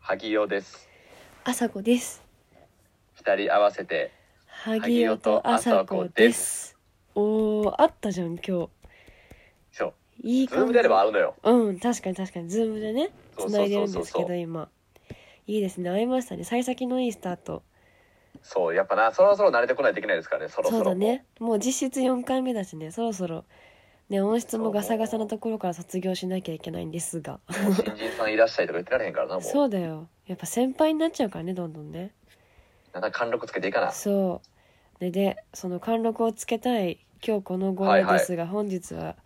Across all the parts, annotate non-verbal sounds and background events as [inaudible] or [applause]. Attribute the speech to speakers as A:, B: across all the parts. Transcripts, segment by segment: A: 萩尾です
B: あさこです。
A: 二人合わせて
B: 萩尾とあさこです。おお、あったじゃん、今
A: そう
B: 日。いい
A: ズ
B: 感じ。
A: ームであればあるのよ
B: うん、確かに確かに、ズームでね、
A: そう
B: 繋
A: そう
B: いで
A: そ
B: る
A: うんそう
B: ですけ
A: そ
B: ど、
A: う
B: 今。いいですね、会いましたね、幸先のいいスタート。
A: そうやっぱなそろそろ慣れてこないといけないですからねそろそ
B: そ
A: ろ
B: うだね、もう実質4回目だしね、そろそろ。ね、音質もガサガサなところから卒業しなきゃいけないんですが。
A: 新人さんいらっしゃいとか言ってられへん
B: [laughs]
A: からなもう
B: そうだよ、やっぱ先輩になっちゃうからね、どんどんね。
A: なんか貫禄つけていかな
B: そうででその貫禄をつけたい今日この頃
A: はいはい
B: ですが、本日は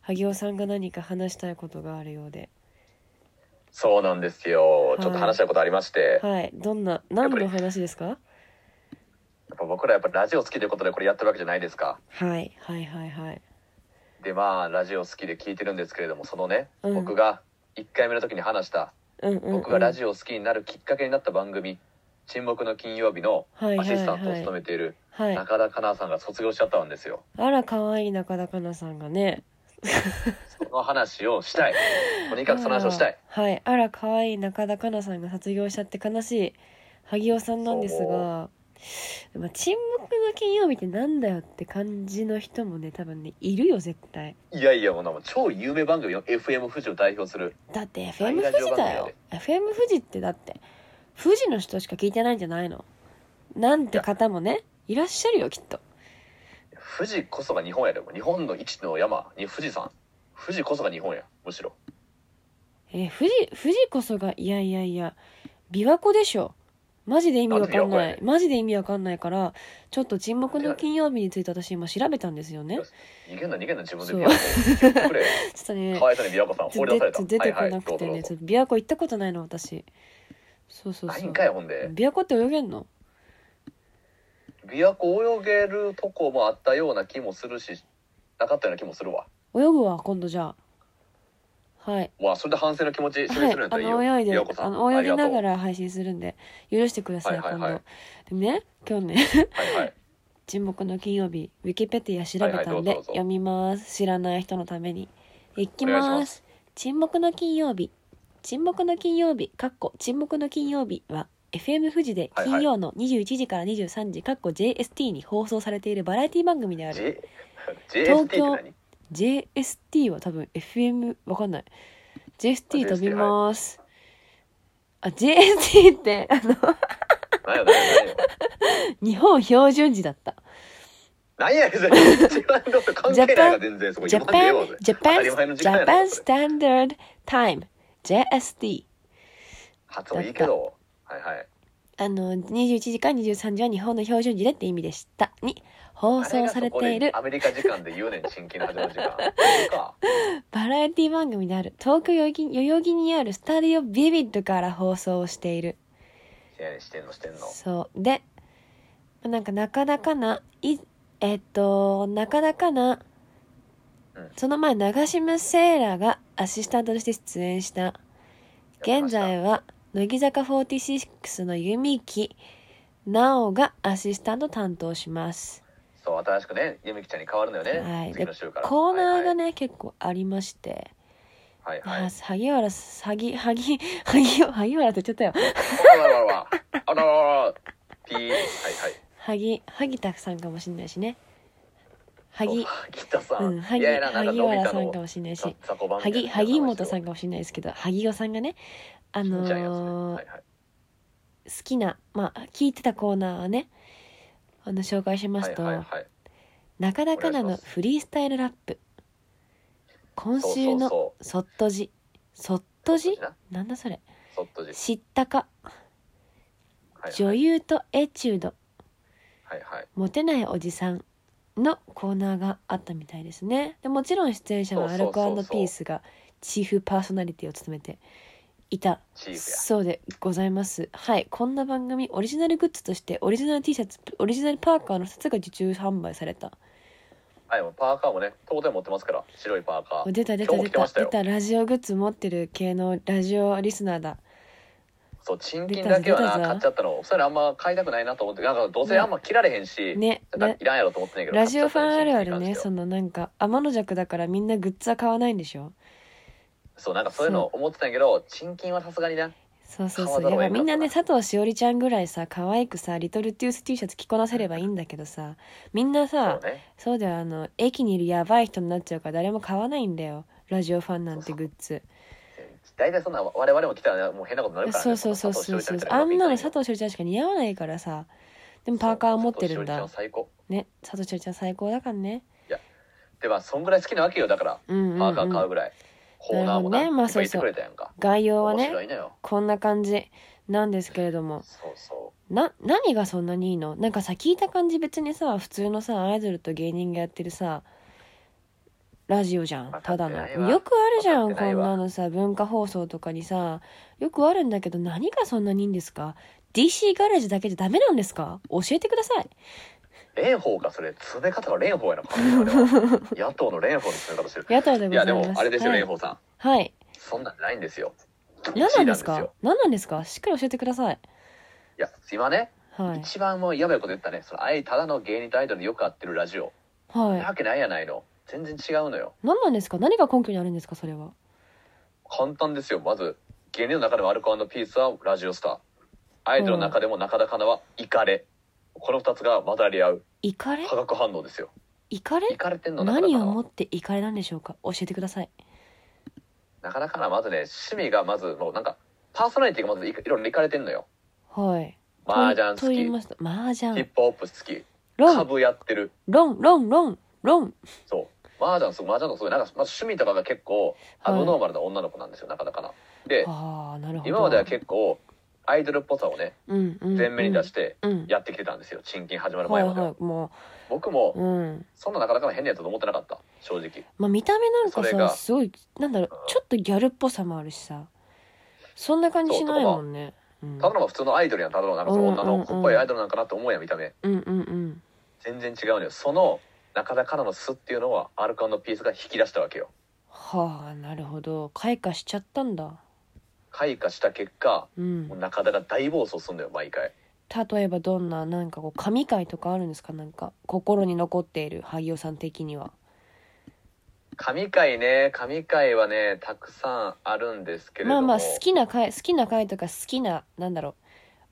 B: 萩尾さんが何か話したいことがあるようで
A: そうなんですよちょっと話したいことありまして、
B: はいどんな何の話ですか
A: やっぱ僕らやっぱラジオ好きということでこれやってるわけじゃないですか
B: はいはいはいはい
A: でまあラジオ好きで聞いてるんですけれどもそのね、
B: うん
A: 僕が1回目の時に話した
B: うんうん、うん、
A: 僕がラジオ好きになるきっかけになった番組「沈黙の金曜日」の
B: はい
A: ア
B: はい
A: シスタントを
B: は
A: 務
B: い、
A: めている
B: はい、
A: 中田香奈さんが卒業しちゃったんですよ。
B: あら可愛い中田香奈さんがね
A: その話をした
B: [laughs]
A: い。とにかくその話をしたい。
B: あらはいあら可愛い中田香奈さんが卒業しちゃって悲しい萩尾さんなんですが、まあ、沈黙の金曜日ってなんだよって感じの人もね多分ねいるよ絶対
A: いやいやもうなもう超有名番組の FM 富士を代表する
B: だって
A: ラ
B: FM
A: ジオ
B: 富士だよ
A: 番
B: FM 富士ってだって富士の人しか聞いてないんじゃないのなんて方もねいらっしゃるよきっと
A: 富士こそが日本やでも日本の一の山に富士山富士こそが日本やむしろ
B: えー富士富士こそがいやいやいや琵琶湖でしょマジで意味わかん
A: なんで琵琶湖
B: な
A: や
B: い
A: ね
B: マジで意味わかんないからちょっと沈黙の金曜日について私今調べたんですよね
A: よし逃げんな逃げんな自分で
B: そう
A: 琵琶湖言って
B: [laughs]
A: くれよ
B: ちょっとね
A: かわいそうに琵琶湖さん
B: ち
A: 放
B: ょっ
A: り出
B: と
A: さ
B: 出
A: れた
B: て出てこな
A: は
B: く
A: い
B: て
A: はい、どう
B: ね
A: ぞ
B: ちょっと琵琶湖行ったことないの私そうそう
A: な
B: そ
A: いん
B: う
A: かいほんで
B: 琵琶湖って泳げんの
A: 琵琶湖泳げるとこもあったような気もするしなかったような気もするわ
B: 泳ぐわ今度じゃあはい
A: わあそれで反省の気持ち示
B: は
A: せ
B: い
A: るん、だ
B: あ
A: よ、
B: の泳いで、
A: 琵琶湖さん
B: あの泳ぎなが
A: ら
B: ら配信するんで、許してくださ
A: は
B: い、
A: いはい
B: 今
A: はい
B: 度。でね、今日ね、 [laughs]
A: はいはい
B: 沈黙の金曜日、ウィキペディア調べたん
A: はいはいどうぞ
B: で
A: どうぞ、
B: 読みます。知らない人のために。いき
A: お願いし
B: ま。
A: ます
B: 沈黙の金曜日。沈黙の金曜日、かっこ沈黙の金曜日は、FM 富士で
A: はいはい
B: 金曜の21時から23時、かっこ JST に放送されているバラエティ番組である。
A: J- JST って
B: 東
A: 何
B: JST は多分 FM わかんない JST 飛びます、あ JST ってあの
A: 何や何や何や
B: 日本標準時だった
A: 何や全然一番どうか関係ないから全然そこ
B: ジ
A: 言
B: ャ
A: わんでええわそれ当
B: パンジャパ
A: た
B: ン
A: り前の時
B: ジ
A: 間
B: ャ
A: やな
B: パン
A: そ
B: ス
A: れ
B: タンダードタイム JST
A: 発音いいけどはいはい
B: あの21時から23時は日本の標準時でって意味でしたに放送さ
A: あがそ
B: れてい
A: こで
B: る
A: アメリカ時間で言うねん新規の始ま
B: [laughs]
A: る時間そうか
B: バラエティ番組である東京代々木代々木にあるスタディオビビッドから放送をしている
A: いやしてんのしてんの
B: そうでなんかなかなかないえっとなかなかな、
A: うん
B: その前長島セイラがアシスタントとして出演した現在は乃木坂46の弓木奈緒がアシスタント担当します
A: そう新しくねゆみきちゃんに変わるのよね、
B: はい
A: 次の週から
B: コーナーが
A: ね
B: ね、結構ありまして、
A: はい
B: は
A: はい、はい
B: 萩原萩萩萩萩原って言っちゃったよ
A: あららららあららららピーはいはい
B: 萩萩田さんかもしれないしね
A: そう
B: 萩
A: 萩田さん、
B: うん、萩
A: いやいやなんか
B: 萩
A: のび
B: 原
A: 太
B: さんか
A: の
B: もしれない
A: 雑
B: し
A: 魚版みたい
B: 萩
A: な
B: 萩本さんかもしれないですけど萩尾さんがねあの
A: ちっちゃいやつね
B: ー
A: はいはい
B: 好きなまあ聞いてたコーナーをねあの紹介しますと、
A: はいはいはい
B: 中田かな
A: お願い
B: の
A: しま
B: フリースタイルラップ今
A: そう
B: 週
A: そう
B: の
A: そう
B: そっとじそっとじ
A: な
B: なんだそれ
A: そっとじ
B: 知ったか
A: はい
B: 女優とエチュード
A: はいはい
B: モテないおじさんのコーナーがあったみたいですねでもちろん出演者は
A: そ
B: ア
A: うそ
B: ル
A: うそうそう
B: コピースがチーフパーソナリティを務めていた
A: チーフや
B: そうでございますはいこんな番組オリジナルグッズとしてオリジナル T シャツオリジナルパーカーの2つが受注販売された
A: はい、もうパーカーもね、当然持ってますから、白いパーカー。
B: 出た出た
A: 今日も
B: 出
A: 来てま
B: た
A: した
B: 出
A: よ
B: たラジオグッズ持ってる系のラジオリスナーだ
A: そう、賃金だけは
B: 出た
A: な、
B: ぞ
A: 買っちゃったの、それあんま買いたくないなと思って、なんかどうせあんま着られへんし。
B: ね
A: なん
B: ね
A: かいらんやろと思ってないけど。
B: ラジオファンあるあ
A: 買っちゃっ
B: る
A: たん
B: ね
A: です
B: そ
A: よ
B: のなんか天の弱だからみんなグッズは買わないんでしょ
A: そう、なんかそういうの思ってたんやけど、賃金はさすがにな。
B: そうそう
A: 買
B: そ
A: わ
B: う
A: ざ
B: や
A: るを得なかったな
B: っぱみんなね佐藤しおりちゃんぐらいさ可愛くさリトルトゥース T シャツ着こなせればいいんだけどさみんなさ
A: そうね
B: そうだよあの駅にいるやばい人になっちゃうから誰も買わないんだよラジオファンなんてグッズ
A: 大体そんな我々も来たらねもう変なことになるから、
B: そ
A: ね、
B: うそうそうそうそうあ
A: あ
B: ん
A: ん
B: な
A: な
B: の
A: の
B: 佐藤しおりちゃんしか似合わないからさでもパーカー持ってるんだ
A: 最高
B: ね佐藤しおりちゃん最高だからね
A: ではそんぐらい好きなわけよだから
B: うんうん、
A: パーカー買
B: う、
A: うんぐらい、コーナーもな
B: なるほどねまあそうそう
A: いっぱい言ってくれたやんか
B: 概要は
A: 面
B: ね
A: 白いのよ
B: こんな感じなんですけれども
A: そうそ
B: な何がそんなにいいのなんかさ聞いた感じ別にさ普通のさアイドルと芸人がやってるさラジオじゃん
A: わか
B: た
A: って
B: だ
A: ないわ
B: のよくあるじゃん
A: わか
B: こ
A: ってない
B: ん
A: わ
B: なのさ文化放送とかにさよくあるんだけど何がそんなにいいんですか DC ガレージだけじゃダメなんですか教えてくださいう
A: 蓮舫かそれ詰め方が蓮舫やな感じだよ野党の蓮舫の詰め方して
B: [laughs]
A: る
B: 野党でご
A: い
B: ざ
A: や
B: い
A: で
B: ます
A: もあれですよ
B: はい
A: 蓮舫さん
B: はい
A: そんなんじゃないんですよ
B: 何なんです
A: 1位
B: か
A: よ
B: 何なんですかしっかり教えてください
A: いや今ね、
B: はい
A: 一番もうやばいこと言ったねそのあいただの芸人とアイドルによく合ってるラジオな
B: は
A: わけないやないの全然違うのよ
B: い何なんですか何が根拠にあるんですかそれは
A: 簡単ですよまず芸人の中でもアルコピースはラジオスターアイドルの中でも中田花はイカレこの2つが混ざり合う
B: イカレ
A: 化学反応ですよ
B: イカ
A: イ
B: レ
A: カれてんの中田
B: 何
A: 花
B: を
A: は
B: もってイカレなんでしょうか教えてください
A: なかなかなまずね趣味がまずもうなんかパーソナリティがまずいいろいろいかれてんのよ
B: はい
A: 麻雀
B: と言い
A: 好
B: ました。麻
A: きヒ
B: 雀
A: ッ。プホップ好き
B: ロン、
A: 株やってる
B: ロン、ロン、ロン、ロン。
A: そう麻雀すごい麻雀とかすごいなんかまず趣味とかが結構アブノーマルな女の子なんですよ、なかなかなで
B: ああ、なるほど。
A: 今までは結構アイドルっぽさをね
B: うんうん、
A: 前面に出して
B: うん。
A: やってきてたんですよ賃金始まる
B: は
A: 前
B: い
A: までは、
B: はい、も
A: 僕も
B: う、うん。
A: そんななかなかの変なやつだと思ってなかった正直
B: まあ見た目なん
A: そ
B: か
A: れが
B: さ、すごい、なんだろう、ちょっとギャルっぽさもあるしさ。そんな感じしないもんね。うん
A: ただの普通のアイドルやんただのなんかその女の子っぽいアイドルなんかなって思うやん見た目
B: うんうんうん。
A: 全然違うのよその中田からの素っていうのはアルカンのピースが引き出したわけよ
B: はあ、なるほど。開花しちゃったんだ。
A: 開花した結果
B: う。
A: もうん中田が大暴走するんだよ毎回
B: 例えばどんな、なんかこう、神回とかあるんですかなんか、心に残っている、萩尾さん的には。
A: 神回ね神回はねたくさんあるんですけれど
B: まあ
A: も
B: まあ好きな回好きな回とか好きななんだろう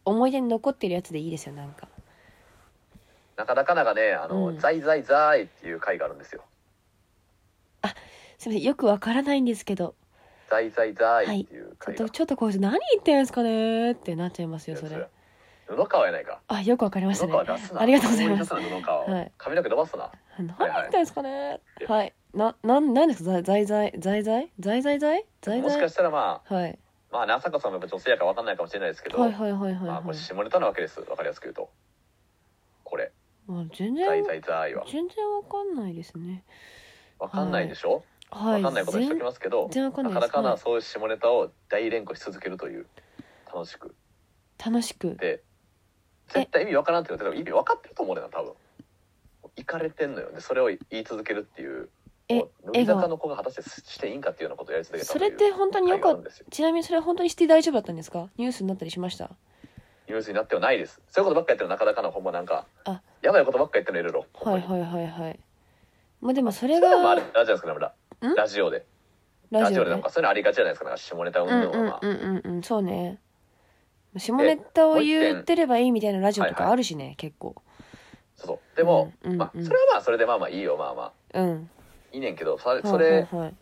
B: 思い出に残ってるやつでいいですよなんか
A: なかなかなかね「あの
B: うん
A: ザイザイザイ」っていう回があるんですよ
B: すみませんよくわからないんですけど
A: 「ザイザイザイ」っていう
B: ちょっ
A: 回が、
B: とちょっとこういう人何言ってるんですかねってなっちゃいます
A: い
B: よ
A: や
B: そ
A: そ
B: れ
A: れ布川やないか
B: あよくわかりました
A: 布
B: ね
A: 川出すな
B: ありがとうございます
A: 思出な布川を、
B: はい
A: 髪の毛伸ばすな
B: 何
A: はい
B: 言ってるんですかねはいななんなんですか在在在在在在在在
A: もしか
B: 在
A: したらまあ
B: はい
A: まあね朝子さんもやっぱ女性やから分かんないかもしれないですけど、
B: はいはいはいはい
A: まあこ
B: は
A: れ
B: い
A: 下ネタなわけです分かりやすく言うとこれ
B: もう全
A: 「ザイ
B: 然
A: ザイザイ」は
B: 全然わかんないですね
A: 分かんないでしょ、
B: はい
A: 分かんないことにしときますけど
B: 全然わかんな
A: ないか
B: です
A: なか
B: は
A: ないそういう下ネタを大連呼し続けるという楽しく
B: 楽しく
A: で絶対意味わからんって言われて意味分かってると思うねんな多分いかれてんのよねそれを言い続けるっていう
B: え
A: もう乃木坂の子が果たしてしていいんかっていうようなことをやり続けた
B: それって本当によ
A: よ
B: か
A: か
B: っちなみにそれは本当にして大丈夫だったんですかニュースになったりしました
A: ニュースになってはないですそういうことばっかやってる中田かなほんまなんか
B: あ
A: やばいことばっかやってるのいろいろほん
B: は
A: ま
B: い
A: に
B: はいはいはいまあでもそれ
A: それでもあれ
B: が
A: ラジオですかねまだ
B: ん
A: ラジオで
B: ラ
A: ラ
B: ジ
A: ジ
B: オ
A: オ
B: で
A: でな
B: う
A: ん
B: ん
A: かそういうのありがちじゃないですかなんか下ネタうん
B: う
A: ぬんは
B: ん
A: まあ
B: うんうんうんそうね下ネタを言ってればいいみたいなラジオと
A: はい
B: か
A: はい
B: あるしね結構
A: そうそうでも
B: うんうんうん
A: まあそれはまあそれでまあまあいいよまあまあ
B: うん
A: いいねんけどそれ
B: はい
A: それ
B: はいはい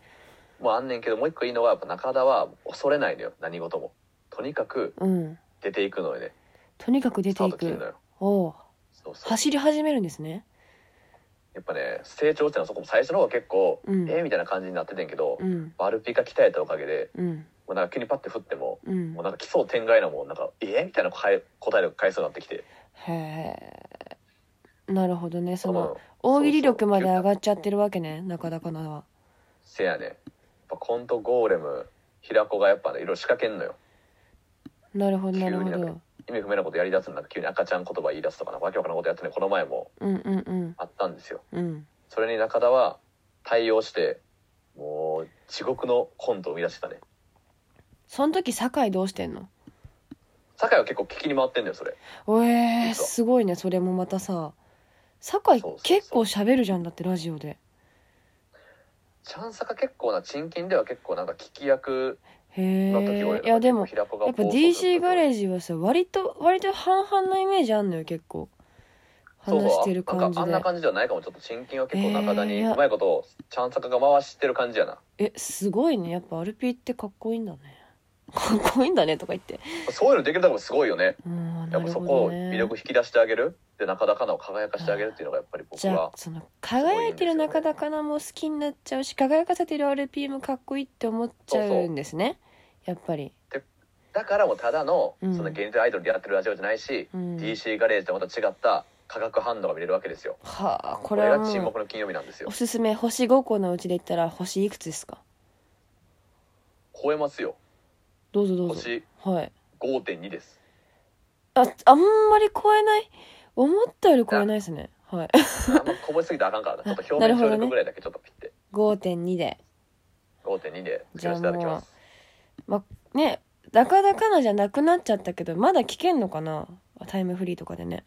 A: もあんねんけどもう一個いいのはやっぱ中田は恐れないのよ何事もとにかく
B: うん
A: 出ていくのよね
B: とにかく出
A: スター
B: てい
A: ト切るの
B: く
A: よ
B: おう
A: そうそう
B: 走り始めるんですね
A: やっぱね成長ってのはそこも最初の方が結構、
B: うん
A: えーみたいな感じになっててんけど、
B: うん
A: バルピカ鍛えたおかげで
B: うん
A: もうなんか急にパッて振っても
B: うん
A: もうなんか奇想天外なもんなんか「えーみたいな答え答える回数になってきて
B: へえなるほどねそ
A: こ
B: の
A: の
B: 大喜利力まで上がっちゃってるわけねなかなかなは
A: せやねやっぱコントゴーレム平子がやっぱねいろいろ仕掛けんのよ
B: なるほどなるほ
A: 急にな
B: ど
A: 意味不明なことやりだすのなんか急に赤ちゃん言葉言い出すとかなんかわけわからんことやってねこの前も
B: うんうんうん
A: あったんですよ
B: うん
A: それに中田は対応してもう地獄のコントを生み出してたね
B: その時酒井どうしてんの
A: 酒井は結構聞きに回ってんだよそれ
B: えー、
A: 実は
B: すごいねそれもまたさ酒井
A: そうそうそう
B: 結構喋るじゃんだってラジオで
A: チャンサカ結構な賃金では結構なんか聞き役
B: へ
A: だった気が
B: えいやでも
A: 平子が
B: やっぱ
A: 暴走す
B: DC
A: る
B: ガレー
A: 時
B: ジはさ割と割と半々なイメージあんのよ結構
A: そうそう
B: 話してる感じ
A: なんかあん
B: で
A: な感じじゃないかもちょっと親近は結構中田
B: え
A: に
B: ー
A: うまいことをちゃんさかが回してる感じやな
B: えすごいねやっぱアルピーってかっこいいんだねかっこいいんだねとか言って
A: そういうのできるとこすごいよね
B: うん
A: や
B: な
A: っぱ
B: る
A: そ
B: ほ
A: こ
B: ど
A: を魅
B: ね
A: 力引き出してあげるで中田かなを輝かしてあげるっていうのがやっぱり僕
B: じゃあ
A: は
B: その輝いてる中田かなも好きになっちゃうし輝かせてるアルピーもかっこいいって思っちゃうんですねやっぱり
A: だからもうただのそ
B: うん
A: の現実アイドルでやってるラジオじゃないし、
B: うん
A: DC ガレージとはまた違った化学反応が見れるわけですよ
B: はあこ
A: こ
B: れ
A: れ
B: は
A: が
B: も
A: 沈
B: う
A: 黙の金曜日なんですよ
B: おすすめ星5個のうちで言ったら星いくつですか
A: 超えますよ
B: どうぞどうぞ
A: 星
B: はい
A: 5.2です
B: ああんまり超えない思ったより超えないですねはい [laughs]
A: あんまこぼしすぎてあかんからなちょっと表面張力ぐらいだけちょっとピッて
B: 5.2で
A: 5.2で打ち出していただきます
B: ね中田かなじゃなくなっちゃったけどまだ聞けんのかなタイムフリーとかでね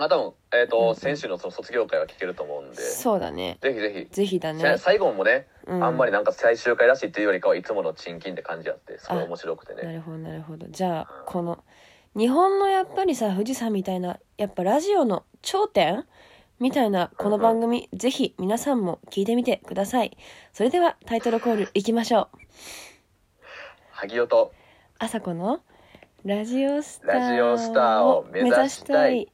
A: あ多分えっ、
B: うんう
A: と
B: ん
A: 先週のその卒業会は聞けると思うんでぜ
B: そうだね
A: ひぜ
B: ぜひだ
A: ひ、
B: ね、
A: 最後もね、
B: うん、
A: あんまりなんか最終回らしいっていうよりかはいつものチンキンって感じあってすごい面白くて
B: な
A: ね
B: るほどなるほどじゃあこの日本のやっぱりさ富士山みたいなやっぱラジオの頂点みたいなこの番組、ぜひ皆さんも聞いてみてくださいそれではタイトルコールいきましょう
A: 萩尾と
B: あさこのラジオスター
A: ラジオスターを目指したい